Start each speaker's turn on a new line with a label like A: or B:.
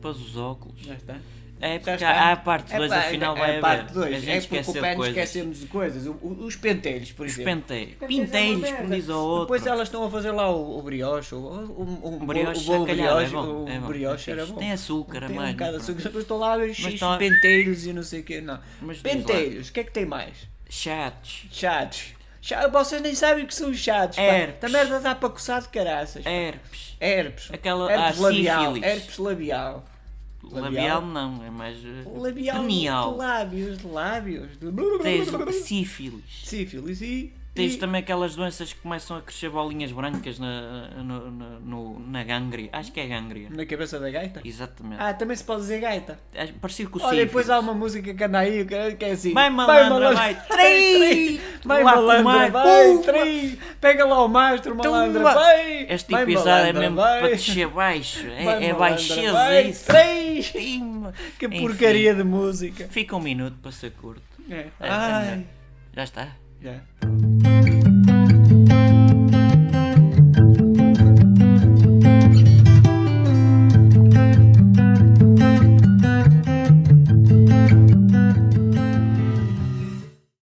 A: pôs os óculos.
B: Já está.
A: É porque
B: Já está.
A: há a parte 2,
B: pá,
A: afinal
B: é
A: vai
B: a
A: haver.
B: parte 2.
A: A gente
B: É porque
A: esqueceu
B: o pé nos
A: coisas.
B: esquecemos de coisas. O- o- os pentelhos, por
A: Os
B: exemplo.
A: penteiros. Pinteiros, como diz o outro.
B: Depois elas estão a fazer lá o, o brioche, o, o, o, o,
A: brioche,
B: o bolo
A: calhar,
B: brioche,
A: é bom,
B: o
A: é bom,
B: brioche
A: é
B: era
A: fixe.
B: bom.
A: Tem açúcar a
B: Tem
A: mais,
B: um bocado de
A: não é?
B: açúcar, depois estão lá a ver X
A: tá-
B: pentelhos e não sei o quê, não.
A: Mas diz lá.
B: Pentelhos, o que é que tem mais?
A: Chatos.
B: Chatos. Chá- Vocês nem sabem o que são os chatos, pá.
A: Herpes.
B: Esta merda dá para coçar de caraças. pá.
A: Herpes.
B: Herpes.
A: Aquela-
B: herpes
A: ah,
B: labial.
A: sífilis.
B: Herpes labial. Labial?
A: Labial? não, é mais.
B: O Labial. De
A: Penial.
B: lábios, de lábios.
A: Tens
B: De...
A: sífilis.
B: Sífilis e...
A: Tens
B: e-
A: também aquelas doenças que começam a crescer bolinhas brancas na, no- no- no- na gangria. Acho que é gangria.
B: Na cabeça da gaita?
A: Exatamente.
B: Ah, também se pode dizer gaita.
A: É Parecido com o
B: Olha,
A: sífilis.
B: depois há uma música que anda aí que é- que é assim.
A: Vai malandra, vai. Três.
B: Vai
A: Lá com
B: malandra,
A: mais.
B: vai,
A: Uma.
B: três. Pega lá o mastro, malandra,
A: Tumba.
B: vai.
A: Este
B: Vai,
A: episódio é
B: malandra,
A: mesmo
B: vai.
A: para descer baixo.
B: Vai,
A: É, é
B: malandra,
A: baixeza
B: vai,
A: isso.
B: Três.
A: Sim.
B: Que
A: Enfim,
B: porcaria de música.
A: Fica um minuto para ser curto.
B: É.
A: É, é
B: Ai.
A: melhor. Já está?
B: Já.